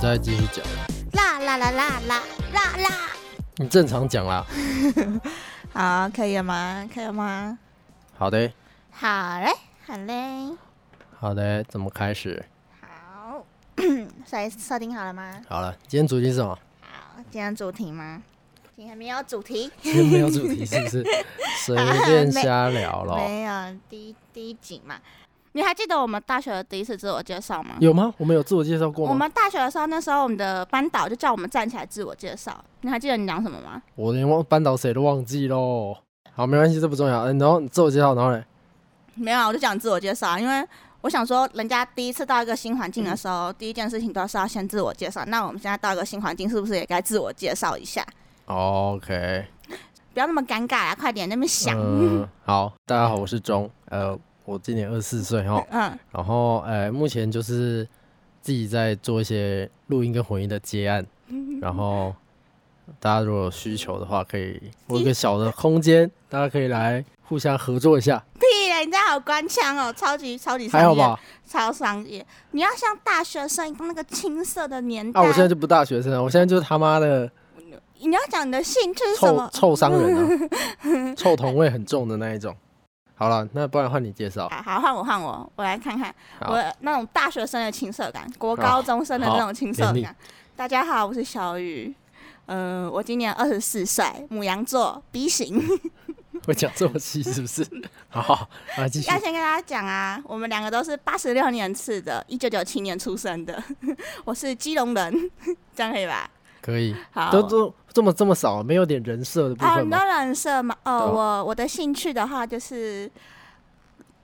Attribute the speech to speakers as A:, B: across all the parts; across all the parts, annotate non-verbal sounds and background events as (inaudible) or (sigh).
A: 再继续讲，
B: 啦啦啦啦啦啦啦。
A: 你正常讲啦。
B: 好，可以了吗？可以了吗？
A: 好的，
B: 好嘞，好嘞，
A: 好的，怎么开始？
B: 好。 (coughs) 所以设定好了吗？
A: 好了，今天主题是什 (laughs) 么？
B: 好，今天主题吗？今天没有主题，
A: 今天没有主题，是不是？随便瞎聊
B: (laughs)
A: 咯。
B: 没有第一第一集嘛。你还记得我们大学的第一次自我介绍吗？
A: 有吗？我们有自我介绍过
B: 我
A: 吗？
B: 们大学的时候，那时候我们的班导就叫我们站起来自我介绍。你还记得你讲什么吗？
A: 我连忘班导谁都忘记喽。好，没关系，这不重要。嗯，然后自我介绍，然后嘞，
B: 没有啊，我就讲自我介绍啊，因为我想说，人家第一次到一个新环境的时候，第一件事情都是要先自我介绍。那我们现在到一个新环境，是不是也该自我介绍一下？
A: OK，
B: 不要那么尴尬啊，快点那边想。 (laughs)
A: 嗯，好，大家好，我是钟，呃，我今年二十四岁哈，
B: 嗯
A: 然后呃，目前就是自己在做一些录音跟混音的接案，
B: (laughs)
A: 然后大家如果有需求的话，可以我有个小的空间，大家可以来互相合作一下，
B: 屁嘞，你这样好官腔哦，超级超级商
A: 还
B: 业，
A: 好吧？
B: 超商业。你要像大学生那个青涩的年代，
A: 啊，我现在就不大学生了，我现在就他妈的
B: 你要讲你的兴趣是什
A: 臭
B: 么？
A: 臭商人啊，臭同味很重的那一种。好了，那不然换你介绍。
B: 啊好，换我换我，我来看看
A: 好
B: 我那种大学生的青涩感，国
A: 好
B: 高中生的那种青涩
A: 给你
B: 感。大家好，我是小雨，嗯、我今年二十四岁，母羊座 B 型。
A: (laughs) 会讲这么细是
B: (laughs)
A: 不是？好好，来继续
B: 要。先跟大家讲啊，我们两个都是八十六年次的，一九九七年出生的， (laughs) 我是基隆人， (laughs) 这样可以吧？
A: 可以，
B: 好，
A: 都都这么这么少，没有点人设的部
B: 哦，
A: 分
B: 你
A: 吗？
B: 都人设吗？哦，
A: 对啊
B: 我我的兴趣的话就是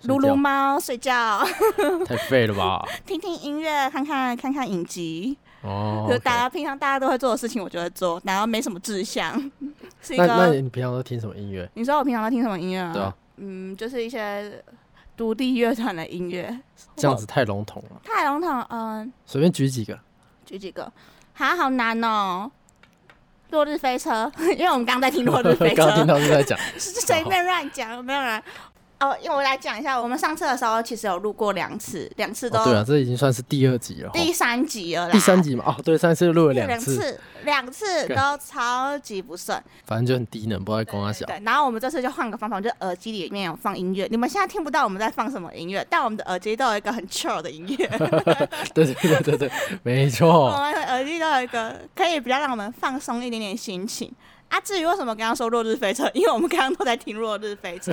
A: 睡
B: 撸撸
A: 觉
B: 猫、睡觉、 (laughs)
A: 太废了吧？
B: 听听音乐、看看看看影集， (laughs)
A: 哦
B: 就
A: OK
B: 大家平常大家都会做的事情，我就会做，然后没什么志向， (laughs) 是一
A: 那那
B: 个。
A: 你平常都听什么音乐？
B: 你知道我平常都听什么音乐吗？
A: 对啊，
B: 嗯，就是一些独立乐团的音乐。
A: 这样子太笼统了，
B: 太笼统，嗯、
A: 随便举几个。
B: 举几个，哈，好难哦。落日飞车， (laughs) 因为我们刚刚在听落日飞车，
A: (laughs) 刚听到是在讲，
B: (laughs) 是随便乱讲，没有人。哦，因为我来讲一下，我们上次的时候其实有录过两次，两次都、
A: 哦对啊，这已经算是第二集了。
B: 第
A: 哦
B: 三集了啦。
A: 第三集嘛，哦，对，上一次录了两
B: 两
A: 次，
B: 次，两次都超级不顺。
A: 反正就很低能，不知道在公啊阿小。
B: 对，然后我们这次就换个方法，我们就耳机里面有放音乐，你们现在听不到我们在放什么音乐，但我们的耳机都有一个很 chill 的音乐， (laughs)
A: 对 (laughs) 哦对对对对，没
B: 我
A: 错。
B: 们的耳机都有一个可以比较让我们放松一点点心情。啊，至于为什么刚刚说《落日飞车》，因为我们刚刚都在听《落日飞 (laughs) 车》，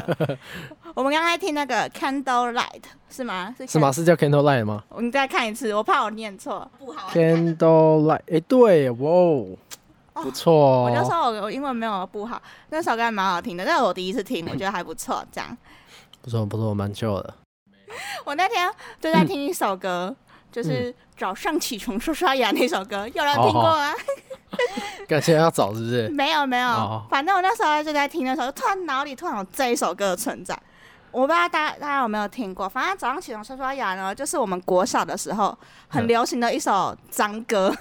B: 我们刚刚在听那个《Candle Light》是吗？是
A: 是吗？？是叫 Candle Light 吗
B: 我们再看一次，我怕我念错。
A: ？Candle Light，哎，对，哇哦，不错
B: 我就
A: 哦，
B: 说我我英文没有不好，那首歌还蛮好听的，那是我第一次听，我觉得还不错。这样，
A: 不错不错，蛮 chill 的。
B: 我那天就在听一首歌，就是
A: 嗯
B: 早上起床刷刷牙那首歌，有人听过吗？
A: 感谢要找是不是？
B: (laughs) 没有没有，
A: 哦
B: 反正我那时候就在听的时候，突然脑里突然有这一首歌的存在。我不知道大家大家有没有听过，反正早上起床刷刷牙呢，就是我们国小的时候很
A: 嗯
B: 流行的一首脏歌，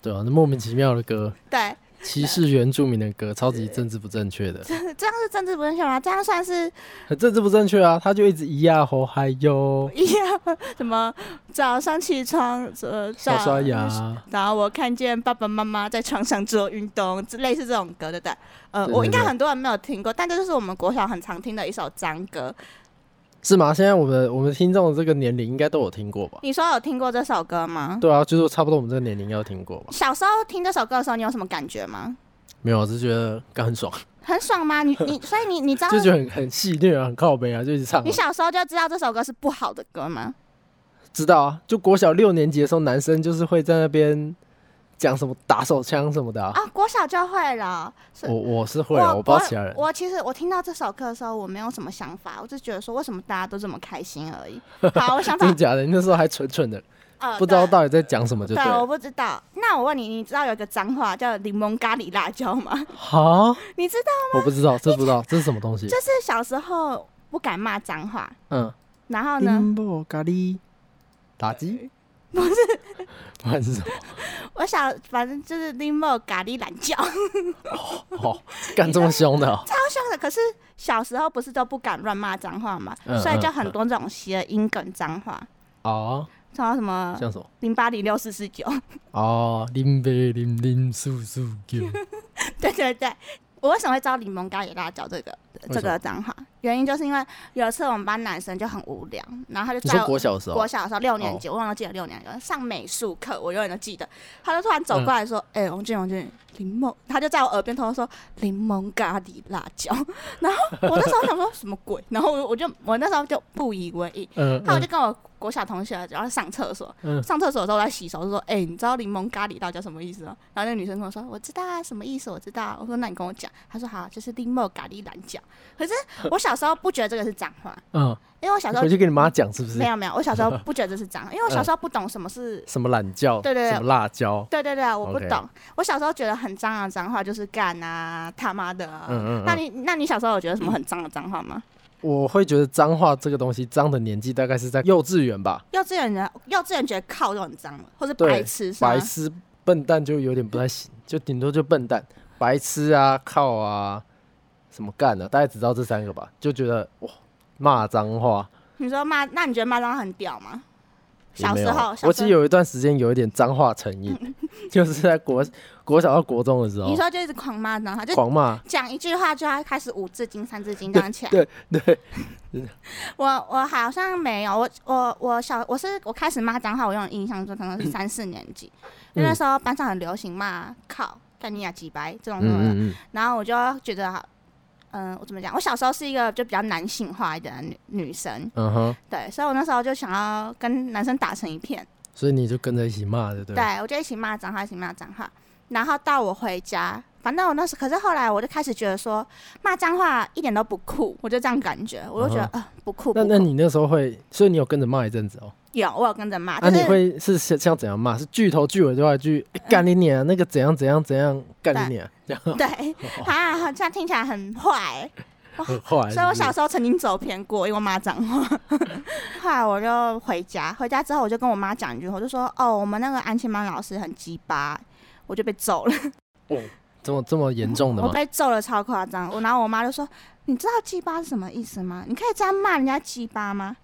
A: 对啊，那莫名其妙的歌，
B: 对，
A: 歧视原住民的歌，超级政治不正确的，
B: 这样是政治不正确吗？这样算是
A: 很政治不正确啊！他就一直咿呀吼嗨哟，
B: 一样， (laughs) 什么早上起床，呃，
A: 刷
B: 早
A: 刷牙，啊
B: 然后我看见爸爸妈妈在床上做运动，之类似这种歌，对不对？呃，
A: 对
B: 我应该
A: 对对
B: 很多人没有听过，但这就是我们国小很常听的一首脏歌。
A: 是吗？现在我们我们听众的这个年龄应该都有听过吧？
B: 你说有听过这首歌吗？
A: 对啊，就是差不多我们这个年龄要听过吧？
B: 小时候听这首歌的时候，你有什么感觉吗？
A: 没有，我啊是觉得刚很爽，
B: 很爽吗？你你所以你你知道
A: 就觉得很很戏虐啊，很靠背啊，就一直唱啊
B: 啊你。小时候就知道这首歌是不好的歌吗？
A: 知道啊，就国小六年级的时候，男生就是会在那边讲什么打手枪什么的啊。
B: 啊，国小就会了。是
A: 我我是会啊，我不知道其他人。
B: 我我其实我听到这首歌的时候，我没有什么想法，我就觉得说为什么大家都这么开心
A: (laughs)
B: 而已。好，我想
A: 真
B: 法
A: 的假的？你那时候还蠢蠢的，
B: 呃
A: 不知道
B: 对
A: 到底在讲什么就
B: 对，啊我
A: 了。
B: 不知道。那我问你，你知道有一个脏话叫柠檬咖喱辣椒吗？ (laughs)
A: 哈，
B: 你知道，
A: 我不知道，这不知道这是什么东西。
B: 就是小时候不敢骂脏话，
A: 嗯，
B: 然后呢，
A: 冰雹咖喱
B: (laughs)
A: 打击，不是，不然是什么？
B: 我想反正就是柠檬咖喱懒 (laughs) 觉，超
A: 哦，干这么凶
B: (laughs)
A: 的哦，
B: 凶的。可是小时候不是都不敢乱骂脏话嘛，
A: 嗯
B: 所以就
A: 嗯
B: 很多这种谐音梗脏话。
A: 哦
B: 唱到什么
A: 像什么？
B: 零八零六四四九， (laughs)
A: 哦，林北林林素素
B: (laughs)
A: 九，
B: 对对对，我为什么会知道柠檬咖喱辣椒这个
A: 为
B: 这
A: 什么
B: 个脏话？原因就是因为有一次我们班男生就很无聊，然后他就
A: 你
B: 在
A: 说
B: 我
A: 国小的时候啊
B: 国，小的时候六年级，
A: 哦
B: 我永远都记得六年级上美术课，我永远都记得。他就突然走过来说：“哎、王俊，王俊，柠檬。”他就在我耳边偷偷说：“柠檬咖喱辣椒。”然后我那时候想说什么鬼，然后我我就我那时候就不以为
A: (laughs)
B: 意。
A: 嗯
B: 后来我
A: 嗯
B: 就跟我国小同学，然后上厕所，
A: 嗯，
B: 上厕所的时候我在洗手，就说：“哎、你知道柠檬咖喱辣椒什么意思吗？”然后那个女生跟我说：“我知道啊，什么意思？我知道啊。”我说：“那你跟我讲。”她说：“好，就是柠檬咖喱辣椒。”可是我小时候不觉得这个是脏话，
A: 嗯，
B: 因为我小时候
A: 回去跟你妈讲是不是
B: 没？有没有，我小时候不觉得这是脏，因为我小时候不懂什么是，
A: 什么懒觉？
B: 对对对
A: 什么辣椒？
B: 对对对啊，我不
A: 嗯 OK
B: 懂。我小时候觉得很脏的脏话就是干啊、他妈的啊。
A: 嗯嗯
B: 那
A: 嗯，
B: 你那你小时候有觉得什么很脏的脏话吗？
A: 我会觉得脏话这个东西，脏的年纪大概是在幼稚园吧，
B: 幼稚园人，幼稚园觉得靠就很脏了，或是
A: 对
B: 白痴是吗
A: 白？痴笨蛋就有点不太行，就顶多就笨蛋、白痴啊、靠啊、什么干啊，大概只知道这三个吧，就觉得哇骂脏话。
B: 你说骂，那你觉得骂脏话很屌吗？
A: 也
B: 小
A: 没
B: 时
A: 有
B: 候
A: 啊，
B: 小
A: 我
B: 时
A: 其
B: 候
A: 实有一段时间有一点脏话成瘾，
B: (laughs)
A: 就是在国国小到国中的时候
B: 你，说就一直狂骂脏话，就
A: 狂骂。
B: 讲一句话就要开始五字经、三字经这样起来。
A: 对对，
B: (laughs) 我我好像没有，我我我小我是我开始骂脏话，我有印象中可
A: 嗯
B: 能是三四年级，因为那时候班上很流行骂“靠”“干你啊几白”这种什么的，
A: 嗯嗯嗯，
B: 然后我就觉得好，嗯、我怎么讲？我小时候是一个就比较男性化一点的女女生，
A: 嗯哼，
B: 对，所以我那时候就想要跟男生打成一片，
A: 所以你就跟着一起骂，对不对？
B: 对我就一起骂脏话，一起骂脏话，然后到我回家。反正我那时，可是后来我就开始觉得说骂脏话一点都不酷，我就这样感觉，我就觉得
A: 嗯
B: 呃不酷
A: 那
B: 不
A: 那
B: 酷。
A: 你那时候会，所以你有跟着骂一阵子哦。
B: 有我有跟着骂，
A: 啊，
B: 但
A: 你
B: 是
A: 会是像像怎样骂？是句头句尾都来句欸干你娘，那个怎样怎样怎样干你娘， (laughs) 这样
B: 对啊，好像听起来很坏，
A: 很坏。
B: 所以我
A: 是不
B: 小
A: 是
B: 时候曾经走偏过，因为我妈脏话。 (laughs) 后来我就回家，回家之后我就跟我妈讲一句，我就说：“哦，我们那个安亲班老师很鸡巴。”我就被揍了，
A: 这么这么严重的
B: 我
A: 吗？
B: 被揍了超夸张。我然后我妈就说：“你知道鸡巴是什么意思吗？你可以这样骂人家鸡巴吗？”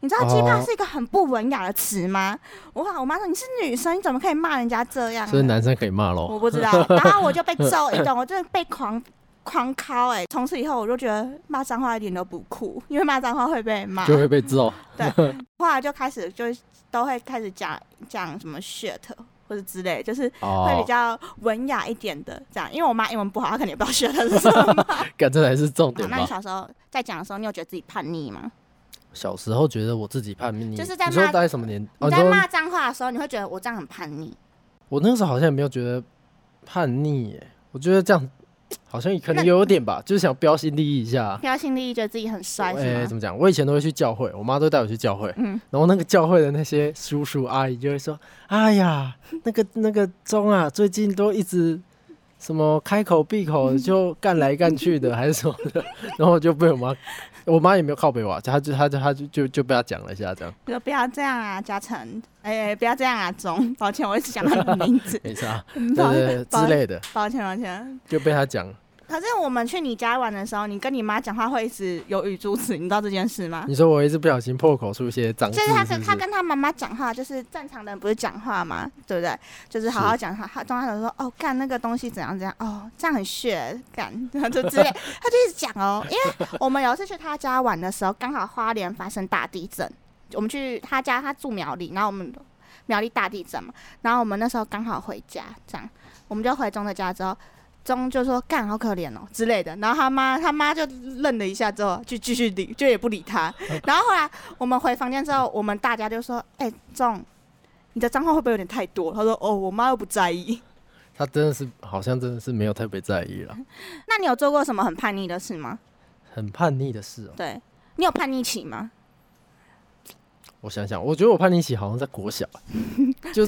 B: 你知道“鸡巴”
A: 哦
B: 是一个很不文雅的词吗？我我妈说你是女生，你怎么可以骂人家这样呢？
A: 所以男生可以骂
B: 我
A: 喽。
B: 不知
A: (laughs)
B: 道，然后我就被揍一顿，我真的被狂狂敲哎、从此以后我就觉得骂脏话一点都不酷，因为骂脏话会被骂。
A: 就会被揍，
B: 后来就开始就都会开始讲讲什么 shit 或者之类，就是会比
A: 哦，
B: 较文雅一点的这样。因为我妈英文不好，她肯定也不知道 shit 是什么。好
A: 干这才是重点
B: 那你
A: 吧。
B: 小时候在讲的时候，你有觉得自己叛逆吗？
A: 小时候觉得我自己叛逆，
B: 就是在
A: 你说
B: 骂
A: 大概什么年？
B: 你
A: 哦，你
B: 在
A: 说
B: 骂脏话的时候，你会觉得我这样很叛逆？
A: 我那个时候好像也没有觉得叛逆耶，我觉得这样好像可
B: 那
A: 能有点吧，就是想标新立异一下。
B: 标新立异，觉得自己很帅
A: 哎
B: 是
A: 啊怎
B: 吗？
A: 么讲？我以前都会去教会，我妈都带我去教会。
B: 嗯，
A: 然后那个教会的那些叔叔阿姨就会说：“哎呀，那个那个钟啊，最近都一直什么开口闭
B: (laughs)
A: 口就干来干去的，还是什么的。” (laughs) 然后我就被我妈，我妈也没有靠北我啊，她就她就她就就就被她讲了一下，这样
B: 就说不要这样啊，嘉诚，哎、不要这样啊，钟，抱歉，我一直讲他的名字。
A: 没啥， (laughs) 对
B: 嗯啊抱
A: 对对之类的，
B: (laughs) 抱歉，抱歉。
A: 就被她讲。
B: 可是我们去你家玩的时候，你跟你妈讲话会一直有语助词，你知道这件事吗？
A: 你说我一直不小心破口出一些脏字，
B: 就是是他跟
A: 不
B: 他
A: 是？
B: 跟他妈妈讲话，就是正常人不是讲话嘛，对不对？就是好好讲话。他中间说哦，干那个东西怎样怎样，哦，这样很血干，然后就之
A: (laughs)
B: 类，他就一直讲哦。因为我们有一次去他家玩的时候，刚好花莲发生大地震，我们去他家，他住苗栗，然后我们苗栗大地震嘛，然后我们那时候刚好回家，这样我们就回钟的家之后。钟就说干好可怜哦之类的，然后他妈他妈就愣了一下之后，就继续理，就也不理他。
A: 哦
B: 然后后来我们回房间之后，我们大家就说：“哎、钟，你的脏话会不会有点太多？”他说：“哦，我妈又不在意。
A: 他真的是好像真的是没有特别在意了，”
B: (laughs) 那你有做过什么很叛逆的事吗？
A: 很叛逆的事哦、
B: 对你有叛逆期吗？
A: 我想想，我觉得我叛逆期好像在国小，就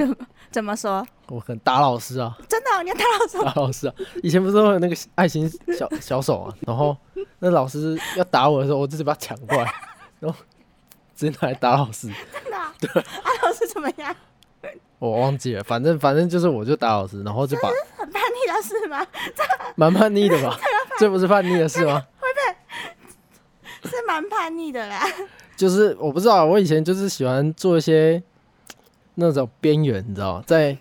B: 怎么说？
A: 我很打老师啊， (laughs)
B: 真的哦、你要打老师？
A: 打老师啊。以前不是都有那个爱心小小手啊， (laughs) 然后那老师要打我的时候，我就直接把他抢过来， (laughs) 然后直接拿来打老师。
B: 真
A: (laughs)
B: 的、啊？啊，老师怎么样？
A: 我忘记了，反正反正就是我就打老师，然后就把
B: 很叛逆的事吗？ (laughs)
A: 蛮叛逆的吧，这不是叛逆的事吗？
B: 是蛮叛逆的啦。
A: 就是我不知道，我以前就是喜欢做一些那种边缘，你知道吗？在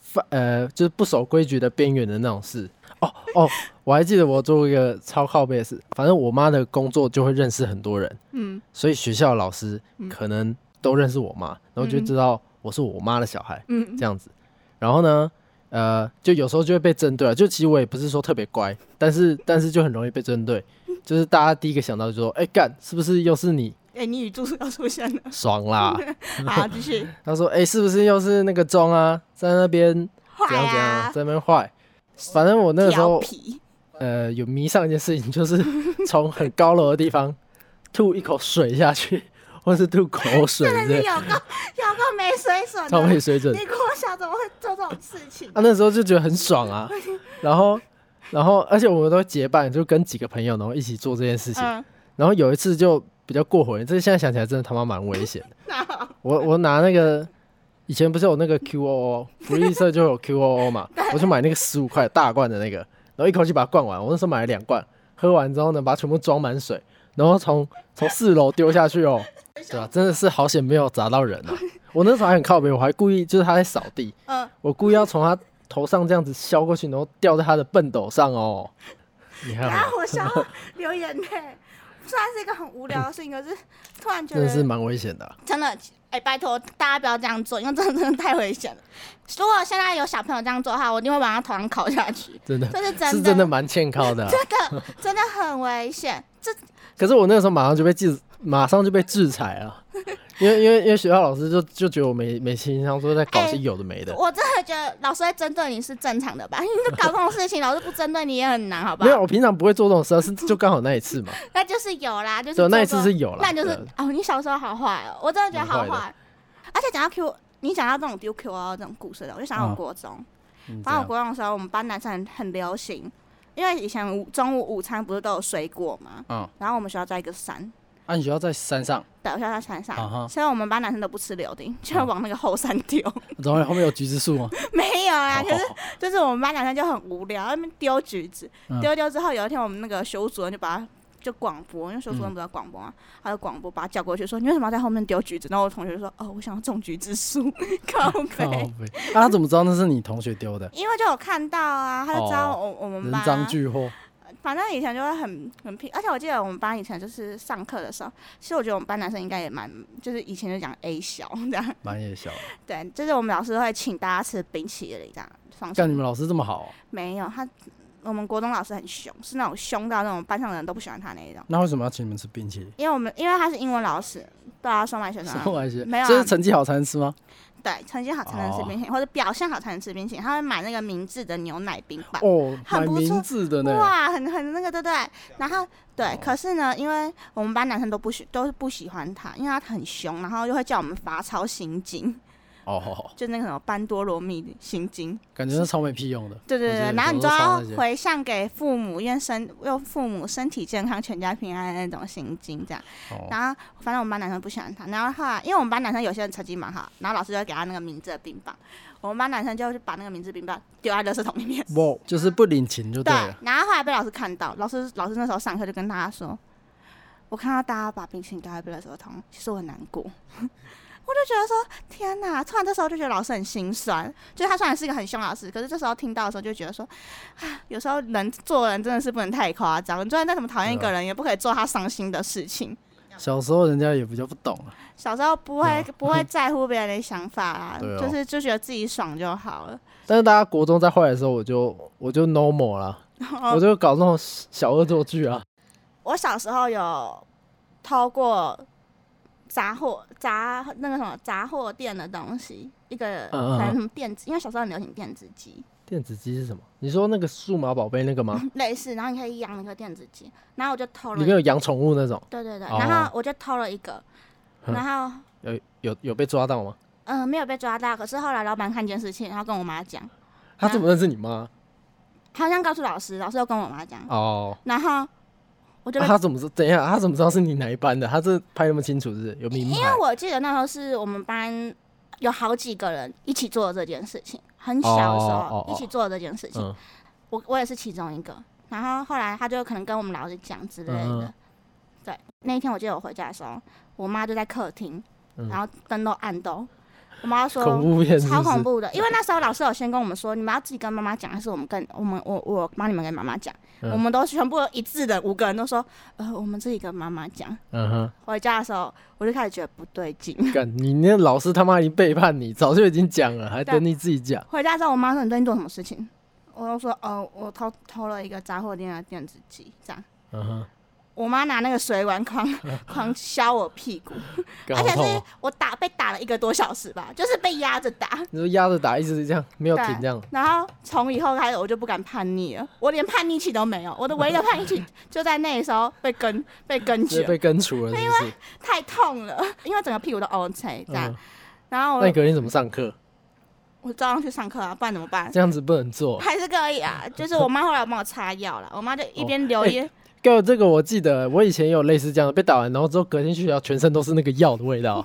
A: 犯呃就是不守规矩的边缘的那种事。哦哦， (laughs) 我还记得我做过一个超靠背的事，反正我妈的工作就会认识很多人，
B: 嗯，
A: 所以学校老师
B: 嗯
A: 可能都认识我妈，然后就知道我是我妈的小孩。
B: 嗯
A: 这样子。然后呢，呃，就有时候就会被针对啊。就其实我也不是说特别乖，但是但是就很容易被针对。就是大家第一个想到就说，哎、干，是不是又是你？
B: 哎、你语助词要出
A: (laughs)
B: 现了，
A: 爽
B: (laughs)
A: 啦！
B: 好，继续，
A: 他说，哎、是不是又是那个钟啊，在那边怎
B: 坏
A: 样怎样，
B: 啊，
A: 在那边坏。反正我那个时
B: 调
A: 候，
B: 皮，
A: 呃，有迷上一件事情，就是 (laughs) 从很高楼的地方吐一口水下去， (laughs) 或是吐口水
B: 但
A: 之
B: 是
A: 类
B: (laughs) 有，个有个没水准
A: 超
B: 的
A: 没，水准。
B: 你国小怎么会做这种事情？
A: 啊，那时候就觉得很爽啊。然后，然后，而且我们都结伴，就跟几个朋友，然后一起做这件事情。
B: 嗯，
A: 然后有一次就比较过火，这现在想起来真的他妈蛮危险的。
B: 那好
A: 我我拿那个以前不是有那个 QOO，福利社就有 QOO 嘛，我就买那个十五块大罐的那个，然后一口气把它灌完。我那时候买了两罐，喝完之后呢，把它全部装满水，然后从从四楼丢下去哦。对啊，真的是好险没有砸到人啊！我那时候还很靠北，我还故意就是他在扫地，
B: 嗯，
A: 我故意要从他头上这样子削过去，然后掉在他的笨斗上哦。你看
B: 然
A: 我，
B: 后我想要流眼泪，虽然是一个很无聊的事情，可是突然觉
A: 真的
B: 得
A: 是蛮危险的啊、
B: 真的，哎、拜托大家不要这样做，因为真的真的太危险了。如果现在有小朋友这样做的话，我一定会把他头上烤下
A: (laughs)
B: 去，
A: 真的
B: 这是真的，
A: 是真的蛮欠靠的啊、
B: 这个真的很危险。这
A: 可是我那个时候马上就被制，马上就被制裁了，因为因为因为学校老师就就觉得我没没心商，说在搞些有的没的。
B: 我真的觉得老师会针对你是正常的吧？你就搞这种事情，老师不针对你也很难，好不
A: 没有，
B: 好？
A: 我平常不会做这种事啊，是就刚好那一次嘛。
B: 那就是有啦，就是
A: 对，那一
B: 做
A: 次
B: 过
A: 是有了。
B: 那就是
A: 对
B: 哦，你小时候好坏哦，我真的觉得好
A: 蛮坏
B: 坏。而且讲到 Q，你讲到这种丢 Q 啊这种故事的，我就想到我
A: 嗯
B: 国中。
A: 嗯这
B: 反正我
A: 样
B: 国中的时候，我们班男生很很流行，因为以前午中午午餐不是都有水果嘛，
C: 嗯，
B: 然后我们学校在一个山，
C: 啊，你学校在山上，
B: 对，我学校在山上
C: 啊哈
B: 所以我们班男生都不吃柳丁，就会
C: 嗯
B: 往那个后山丢。 (laughs)
C: 然后后面有橘子树吗？
B: 没有啦，可是
C: 哦
B: 就是我们班男生就很无聊，在那边丢橘子，
C: 嗯
B: 丢丢之后，有一天我们那个学务主任就把他就广播，因为学务主任不知道广播嘛，
C: 嗯
B: 他就广播把他叫过去说：“你为什么要在后面丢橘子？”然后我同学就说：“哦，我想要种橘子树， (laughs) 靠
C: (laughs) 靠
B: 背。
C: 北啊，他怎么知道那是你同学丢的”？
B: 因为就有看到啊，他就知道
C: 哦
B: 我、我们
C: 人
B: 班、啊
C: 赃俱获，
B: 反正以前就会很很屁，而且我记得我们班以前就是上课的时候，其实我觉得我们班男生应该也蛮，就是以前就讲 A 小这样，
C: 蛮也小。
B: 对，就是我们老师会请大家吃冰淇淋这样放学
C: 像你们老师这么好哦，
B: 没有，他我们国中老师很凶，是那种凶到那种班上的人都不喜欢他那一种。
C: 那为什么要请你们吃冰淇淋？
B: 因为我们因为他是英文老师，对啊，双白学生
C: 什
B: 啊
C: 么，玩意？
B: 没有啊
C: 就是成绩好才能吃吗？
B: 对，成绩好才能吃冰淇淋，或者表现好才能吃冰淇淋。他会买那个明治的牛奶冰棒，
C: 哦，
B: 很
C: 买
B: 不错
C: 名字的呢。
B: 哇，很很那个，对不对？然后对，可是呢，因为我们班男生都不喜都是不喜欢他，因为他很凶，然后又会叫我们罚抄心经， (laughs)
C: 哦好，好
B: 就那个什么班多罗蜜心经。
C: 感觉那超没屁用的。
B: 对对
C: 我觉得
B: 对，然后你
C: 我
B: 就
C: 都
B: 要
C: 抄那些
B: 回向给父母，愿身愿父母身体健康、全家平安的那种心经这样。
C: 哦，
B: 然后反正我们班男生不喜欢他，然后后来因为我们班男生有些人成绩蛮好，然后老师就会给他那个名字的冰棒，我们班男生就去把那个名字冰棒丢在垃圾桶里面。
C: 哇，就是不领情就对
B: 对
C: 了。，
B: 然后后来被老师看到，老师老师那时候上课就跟大家说，我看到大家把冰淇淋丢在垃圾桶，其实我很难过。 (laughs) 我就觉得说，天哪！突然这时候就觉得老师很心酸，就是他虽然是一个很凶老师，可是这时候听到的时候就觉得说，啊，有时候人做人真的是不能太夸张，你就算再怎么讨厌一个人，也不可以做他伤心的事情。
C: 小时候人家也比较不懂啊，
B: 小时候不会、
C: 对啊 (laughs)
B: 不会在乎别人的想法啦，
C: 对哦
B: 就是 (laughs) 就觉得自己爽就好了。 (laughs)
A: 但是大家国中在坏的时候，我就我就 normal 啦，
B: 哦
A: 我就搞那种小恶作剧啊。
B: 我小时候有偷过杂货杂那个什么杂货店的东西，一个
A: 嗯嗯嗯
B: 可能什么电子，因为小时候很流行电子机，
A: 电子机是什么？你说那个数码宝贝那个吗？
B: 类似，然后你可以养那个电子机，然后我就偷了
A: 里
B: 一
A: 面
B: 个，
A: 有养宠物那种，
B: 对对对，
A: 哦
B: 然后我就偷了一个，
A: 嗯
B: 然后。
A: 有有有被抓到吗？
B: 嗯、没有被抓到，可是后来老板看监视器，然后跟我妈讲，
A: 他怎么认识你妈？
B: 他好像告诉老师，老师又跟我妈讲，
A: 哦，
B: 然后我就被
A: 啊他怎么知？等一下，他怎么知道是你哪一班的？他这拍那么清楚是不是有名
B: 因
A: 牌
B: 为我记得那时候是我们班有好几个人一起做这件事情，很小的时
A: 哦哦
B: 候
A: 哦
B: 一起做这件事情，
A: 嗯
B: 我我也是其中一个。然后后来他就可能跟我们老师讲之类的。
A: 嗯
B: 对，那一天我记得我回家的时候，我妈就在客厅，
A: 嗯
B: 然后灯都暗都，我妈说
A: (laughs) 恐怖片是不
B: 超
A: 是
B: 恐怖的，因为那时候老师有先跟我们说，你们要自己跟妈妈讲，还是我们跟我们我我帮你们跟妈妈讲？
A: 嗯
B: 我们都全部一致的五个人都说，呃，我们自己跟妈妈讲。
A: 嗯哼，
B: 回家的时候，我就开始觉得不对劲。
A: 干你那老师他妈已经背叛你，早就已经讲了，还等你自己讲。
B: 回家之后，我妈说你最近做什么事情？我就说哦，我偷偷了一个杂货店的电子机，这样。
A: 嗯哼，
B: 我妈拿那个水碗狂 (laughs) 狂削我屁股，
A: 干
B: 而
A: 好
B: 且
A: 痛
B: 是
A: 哦！
B: 我打被打了一个多小时吧，就是被压着打。
A: 你说压着打，一直这样，没有停这样。
B: 然后从以后开始，我就不敢叛逆了，我连叛逆期都没有。我的唯一的叛逆
A: (laughs)
B: 期就在那时候被跟被跟
A: 直接
B: 去，
A: 被根除了，是不是？
B: 太痛了，因为整个屁股都 O C 这样。
A: 嗯，
B: 然后
A: 那你
B: 我
A: 隔天怎么上课？
B: 我照样去上课啊，不然怎么办？
A: (laughs) 这样子不能做。
B: 还是可以啊，就是我妈后来帮我擦药了，我妈就一
A: 哦
B: 边
A: 哎
B: 流眼，
A: 哥，这个我记得，我以前有类似这样的，被打完，然后之后隔天去学校，全身都是那个药的味 (laughs) 道，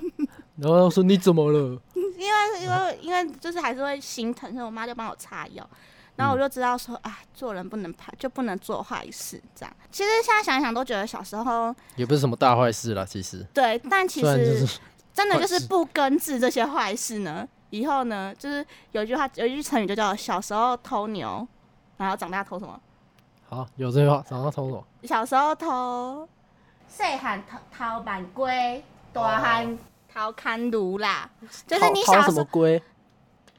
A: 然后说你怎么了？
B: 因为因为因为就是还是会心疼，所以我妈就帮我擦药。然后我就知道说啊，做人不能怕，就不能做坏事这样。其实现在想一想都觉得小时候
A: 也不是什么大坏事啦，其实，
B: 对，但其
A: 虽然就
B: 实
A: (laughs) 是
B: 真的就
A: 坏
B: 是
A: 事
B: 不根治这些坏事呢，以后呢，就是有一句话，有一句成语就叫“小时候偷牛，然后长大偷什么？
A: 好有这句话，早上偷什么？
B: 小时候偷，细汉偷偷板龟，大汉偷砍炉啦。哦就是你
A: 掏
B: 小
A: 掏
B: 时
A: 什
B: 候
A: 么龟？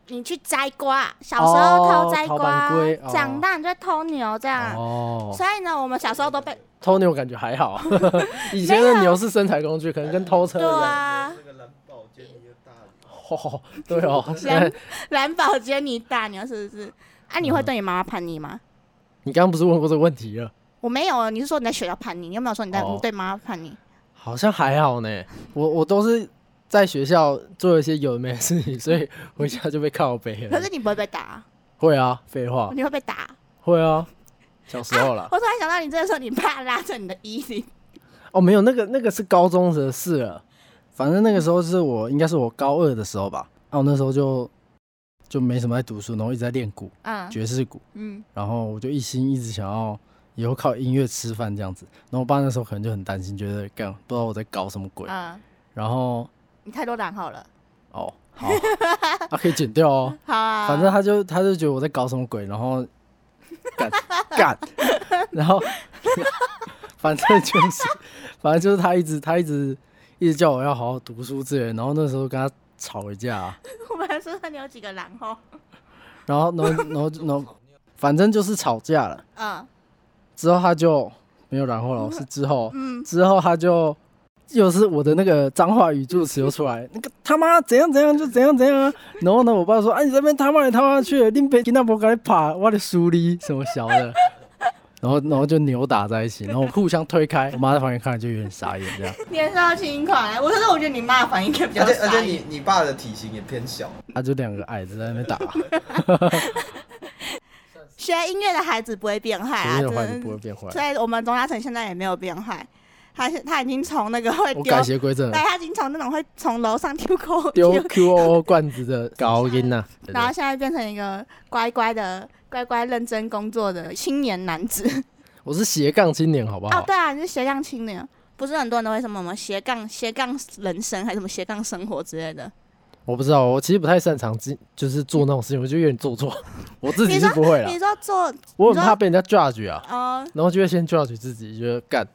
B: 你去摘瓜，小时候偷摘
A: 偷
B: 瓜，
A: 板龟哦
B: 长大你就偷牛这样。
A: 哦，
B: 所以呢，我们小时候都被
A: 偷牛感觉还 (laughs) 好，以前的牛是生财工具，可能跟偷车一
B: 对
A: 样。
B: 啊，
A: 哦， (laughs) 对哦，现在
B: 蓝蓝宝坚尼大牛是不是？啊，你会对你妈妈叛逆吗？
A: 你刚刚不是问过这个问题了？
B: 我没有，你是说你在学校叛逆？你有没有说你在、
A: 哦
B: 你对妈妈叛逆？
A: 好像还好呢，我我都是在学校做一些有的没的事情，所以回家就被靠背
B: 可
A: 了
B: 是。你不会被打，
A: 会啊，废话，
B: 你会被打。
A: 会啊，小时候啦。
B: 我突然想到，你这个时候，你爸拉着你的衣领，
A: 哦，没有，那个那个是高中的事了。
C: 反正那个时候是我应该是我高二的时候吧，啊，我那时候就就没什么在读书，然后一直在练鼓，
A: (laughs)
B: 嗯
C: 爵士鼓，
B: 嗯，
C: 然后我就一心一直想要以后靠音乐吃饭这样子。然后我爸那时候可能就很担心，觉得干不知道我在搞什么鬼。
B: 嗯，
C: 然后
B: 你太多然后了。
C: 哦，
B: (laughs)
C: 好，啊可以剪掉哦。
B: 好啊，
C: 反正他就他就觉得我在搞什么鬼，然后 (laughs) 干干， (laughs) 然后 (laughs) 反正就是反正就是他一直他一直一直叫我要好好读书之类的，然后那时候跟他吵一架啊、
B: (laughs) 我们说说你有几个然后，
C: 然后然后然后然后反正就是吵架了，
B: 嗯
C: 之后他就没有然后了，是之后
B: 嗯，
C: 之后他就又是我的那个脏话语助词又出来，那个他妈怎样怎样就怎样怎样啊。然后呢，我爸说：“哎、你这边他妈来他妈去，你别跟那伯赶紧爬，我的书里什么小的。”然后，然后就扭打在一
B: (laughs)
C: 起，然后互相推开。我妈在旁边看，就有点傻眼这样。
B: 年少轻狂。我可是我觉得你妈的反应可以比较
D: 而且而
B: 傻
D: 且
B: 一点
D: 你你爸的体型也偏小，
C: 他、就两个矮子在那
B: (laughs)
C: 边打，
B: 学音乐的孩子不会变坏啊，
C: 学音乐的孩子
B: 真
C: 不会变坏
B: 所以我们钟嘉诚现在也没有变坏，他是他已经从那个会
C: 我
B: 丢
C: 改，邪归正了
B: 对，，他已经从那种会从楼上丢过
A: 丢 QOO 罐子的高音
C: 啊
B: (laughs)
A: 呐、对
B: 然后现在变成一个乖乖的、乖乖认真工作的青年男子。
A: 我是斜杠青年，好不好？
B: 哦，对啊，你是斜杠青年，不是很多人都会什么什么斜杠、斜杠人生，还是什么斜杠生活之类的。
A: 我不知道，我其实不太擅长进，就是做那种事情，我就有点做 (laughs) 错，我自己是不
C: 啊
A: 会啦
B: 你，说做
A: 我
B: 你
A: 很
B: 说
A: 怕被人家 judge 啊，
B: 呃，
A: 然后就会先 judge 自己，觉得干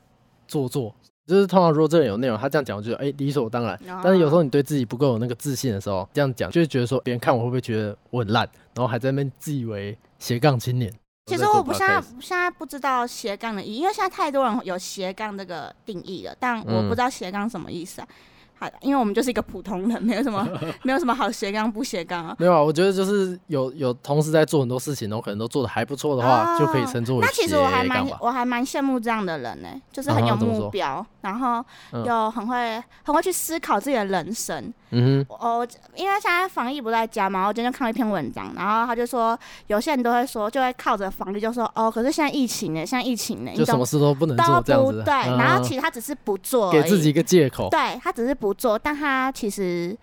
A: 做作，就是通常如果这个人有内容，他这样讲，我觉得哎、理所当然。
B: 哦
A: 但是有时候你对自己不够有那个自信的时候，这样讲就会觉得说别人看我会不会觉得我很烂，然后还在那边自以为斜杠青年。
B: 其实
A: 在做
B: 我不现在
A: podcast
B: 现在不知道斜杠的意义，因为现在太多人有斜杠这个定义了，但我
A: 嗯
B: 不知道斜杠什么意思啊。好，因为我们就是一个普通人，没有什
A: (laughs)
B: 么没有什么好斜杠不斜杠啊。
A: 没有啊，我觉得就是有有同时在做很多事情，然后可能都做的还不错的话，
B: 哦
A: 就可以称作为
B: 那其
A: 斜
B: 实我还
A: 杠
B: 蛮
A: 吧。
B: 我还蛮羡慕这样的人呢、就是很
A: 啊
B: 有
A: 怎么说
B: 目标，然后
A: 嗯
B: 又很会很会去思考自己的人生。
A: 嗯哼，
B: 我、我因为现在防疫不在家嘛，我今天就看了一篇文章，然后他就说有些人都会说，就会靠着防疫就说哦，可是现在疫情呢、现在疫情呢、你
A: 就什
B: 懂
A: 么事都不能
B: 都
A: 做这样
B: 不
A: 子。
B: 对。
A: 嗯
B: 然后其实他只是不做而已，
A: 给自己一个借口。
B: 对他只是不做，但他其实。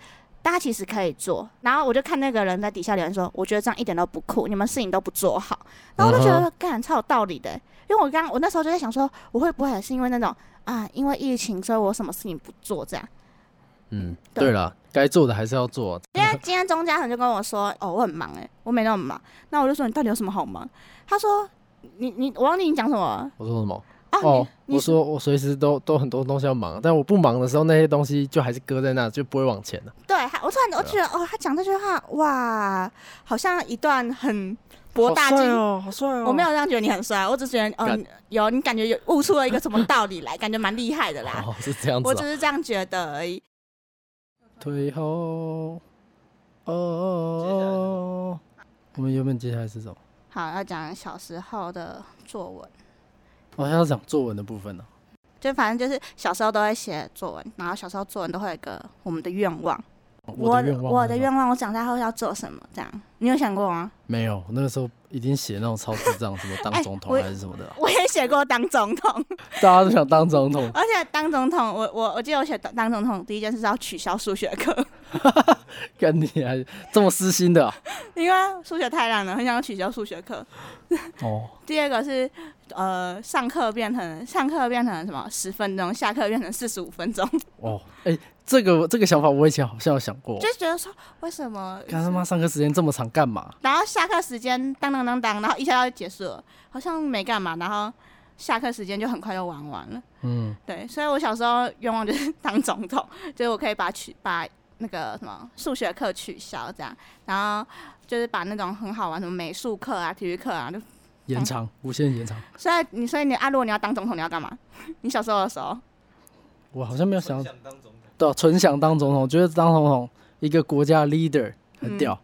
B: 但他其实可以做，然后我就看那个人在底下留言说：“我觉得这样一点都不酷，你们事情都不做好。”然后我就觉
A: 嗯
B: 得，干、超有道理的欸、因为我刚我那时候
A: (laughs)
B: 就在想说，我会不会也是因为那种啊，因为疫情，所以我什么事情不做这样？
E: 嗯，
B: 对
E: 对
B: 啊
E: 了，该做的还是要做。
B: 因为今天钟嘉诚就跟我说，哦，我很忙哎、我没那么忙。那我就说你到底有什么好忙？他说你你我忘记你讲什么了
E: (laughs) 我说什么？
B: 啊？
E: 哦，
B: 你
E: 我说我随时都都很多东西要忙，啊但我不忙的时候，那些东西就还是搁在那，就不会往前了。
B: 你对，他我突然我觉得、哦，他讲这句话哇，好像一段很博大精
A: 好帅哦，好帅哦！
B: 我没有这样觉得你很帅，我只觉得哦
E: 干
B: 你有你感觉有悟出了一个什么道理来，感觉蛮厉害的啦。
E: 哦，是这样子、
B: 我只
E: 哦。
B: 是这样觉得而已。
A: 退后，哦哦哦！我们原本接下来是什么？
B: 好，要讲小时候的作文，
E: 哦
A: 好像要讲作文的部分呢、
B: 就反正就是小时候都会写作文，然后小时候作文都会有一个我们的愿望，
A: 我的愿望，
B: 我的愿望，我长大后要做什么？这样，你有想过吗？ (laughs)
E: 没有，我那个时候一定写那种超智障，什么
B: 哎
E: 当总统
B: 我
E: 还是什么的啊、
B: 我也写过当总统， (laughs)，
A: 大家都想当总统
B: 而且当总统，我我我记得我写当当总统第一件事是要取消数学课，
A: 干你还这么私心的啊、
B: 因为数学太烂了，很想要取消数学课。
A: 哦，
B: 第二个是呃，上课变成上课变成什么十分钟，下课变成四十五分钟，
A: 哦，哎、这个这个想法我以前好像有想
B: (laughs)
A: 过，
B: 就觉得说为什么？
A: 看他妈上课时间这么长干嘛？
B: 然后下课时间当当当当，然后一下就结束了，好像没干嘛，然后下课时间就很快就玩完了。
A: 嗯，
B: 对，所以我小时候愿望就是当总统， (laughs) 就是我可以把取把那个什么数学课取消这样，然后就是把那种很好玩什么美术课啊、体育课啊，就
A: 延长，无限延长。
B: 所以你所以你啊，如果你要当总统，你要干嘛？ (laughs) 你小时候的时候，
A: 我好像没有想到，
D: 想当总统，
A: 对啊，纯想当总统，觉得当总统一个国家 leader
B: 嗯
A: 很屌，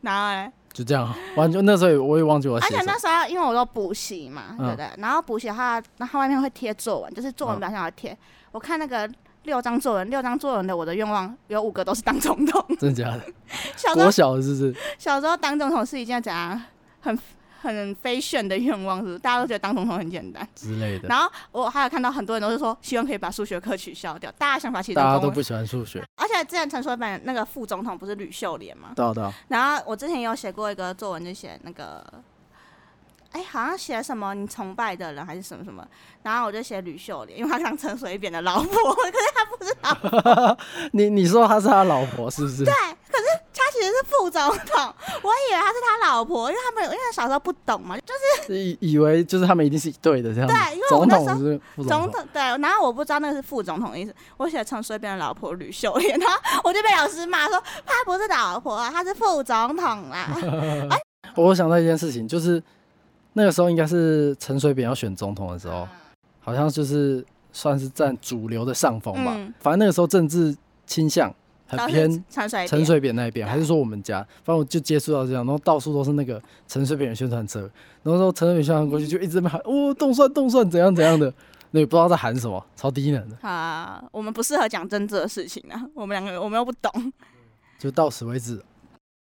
B: 然后嘞，
A: 就这样啊，完全那时候也我也忘记我
B: 而
A: 写
B: 且
A: 什么
B: 那。时候因为我都补习嘛，对不
A: 嗯
B: 对？然后补习的话，然后外面会贴作文，就是作文
A: 嗯
B: 表上要贴。我看那个六张作文，六张作文的我的愿望有五个都是当总统。 (laughs)
A: 真的假的？
B: 小时候
A: 国小的是不是？
B: 小时候当总统是一件怎样很很飞炫的愿望，是不是？大家都觉得当总统很简单。
E: 之类的，
B: 然后我还有看到很多人都是说，希望可以把数学课取消掉。大家想法其实
A: 大家
B: 跟
A: 都
B: 我
A: 不喜欢数学，
B: 而且之前陈水扁那个副总统不是吕秀莲吗？
A: 对啊对啊，
B: 然后我之前有写过一个作文，就写那个，哎、好像写什么你崇拜的人还是什么什么，然后我就写吕秀莲，因为她当陈水扁的老婆，可是
A: 你你说她是他老婆是不是？ (laughs)
B: 她其实是副总统，我以为她是他老婆，因为他们因为小时候不懂嘛，就是
A: 以以为就是他们一定是一对的这样子。
B: 对因为我
A: 总
B: 那时候
A: 统是副总
B: 总
A: 统，
B: 统对，然后我不知道那个是副总统的意思，我写陈水扁的老婆吕秀莲，然后 (laughs) 我就被老师骂说她不是老婆啊，她是副总统啊啦，
A: 我想到一件事情，就是那个时候应该是陈水扁要选总统的时候，好像就是算是占主流的上风吧。
B: 嗯
A: 反正那个时候政治倾向很
B: 都是
A: 偏
B: 陈水
A: 陈
B: 扁。
A: 水扁那一边，
B: 对
A: 还是说我们家，反正我就接触到这样，然后到处都是那个陈水扁的宣传车，然后说陈水扁宣传过去就一直在那边喊哦动算动算怎样怎样的，那也不知道在喊什么，超低能的，
B: 啊，我们不适合讲政治的事情啊， (laughs) 我们两个我们又不懂。
A: 就到此为止，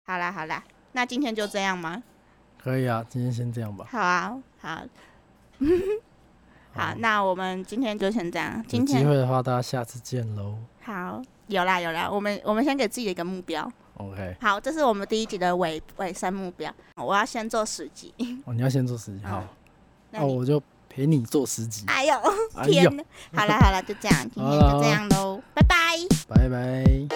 B: 好啦好啦，那今天就这样吗？
A: 可以啊，今天先这样吧。
B: 好啊，好，好，那我们今天就先这样。
A: 有
B: 今
A: 机
B: 天
A: 会的话，大家下次见喽。
B: 好，有啦有啦，我们我们先给自己一个目标。
A: OK，
B: 好，这是我们第一集的尾尾声目标，我要先做十集。
A: 哦，你要先做十集，好，
B: 嗯那
A: 那
B: 你，
A: 我就陪你做十集。
B: 哎呦
A: 哎
B: 天
A: 呦，
B: (laughs) 哪！好啦好啦，就这样，今天就这样喽，拜拜。
A: 拜拜。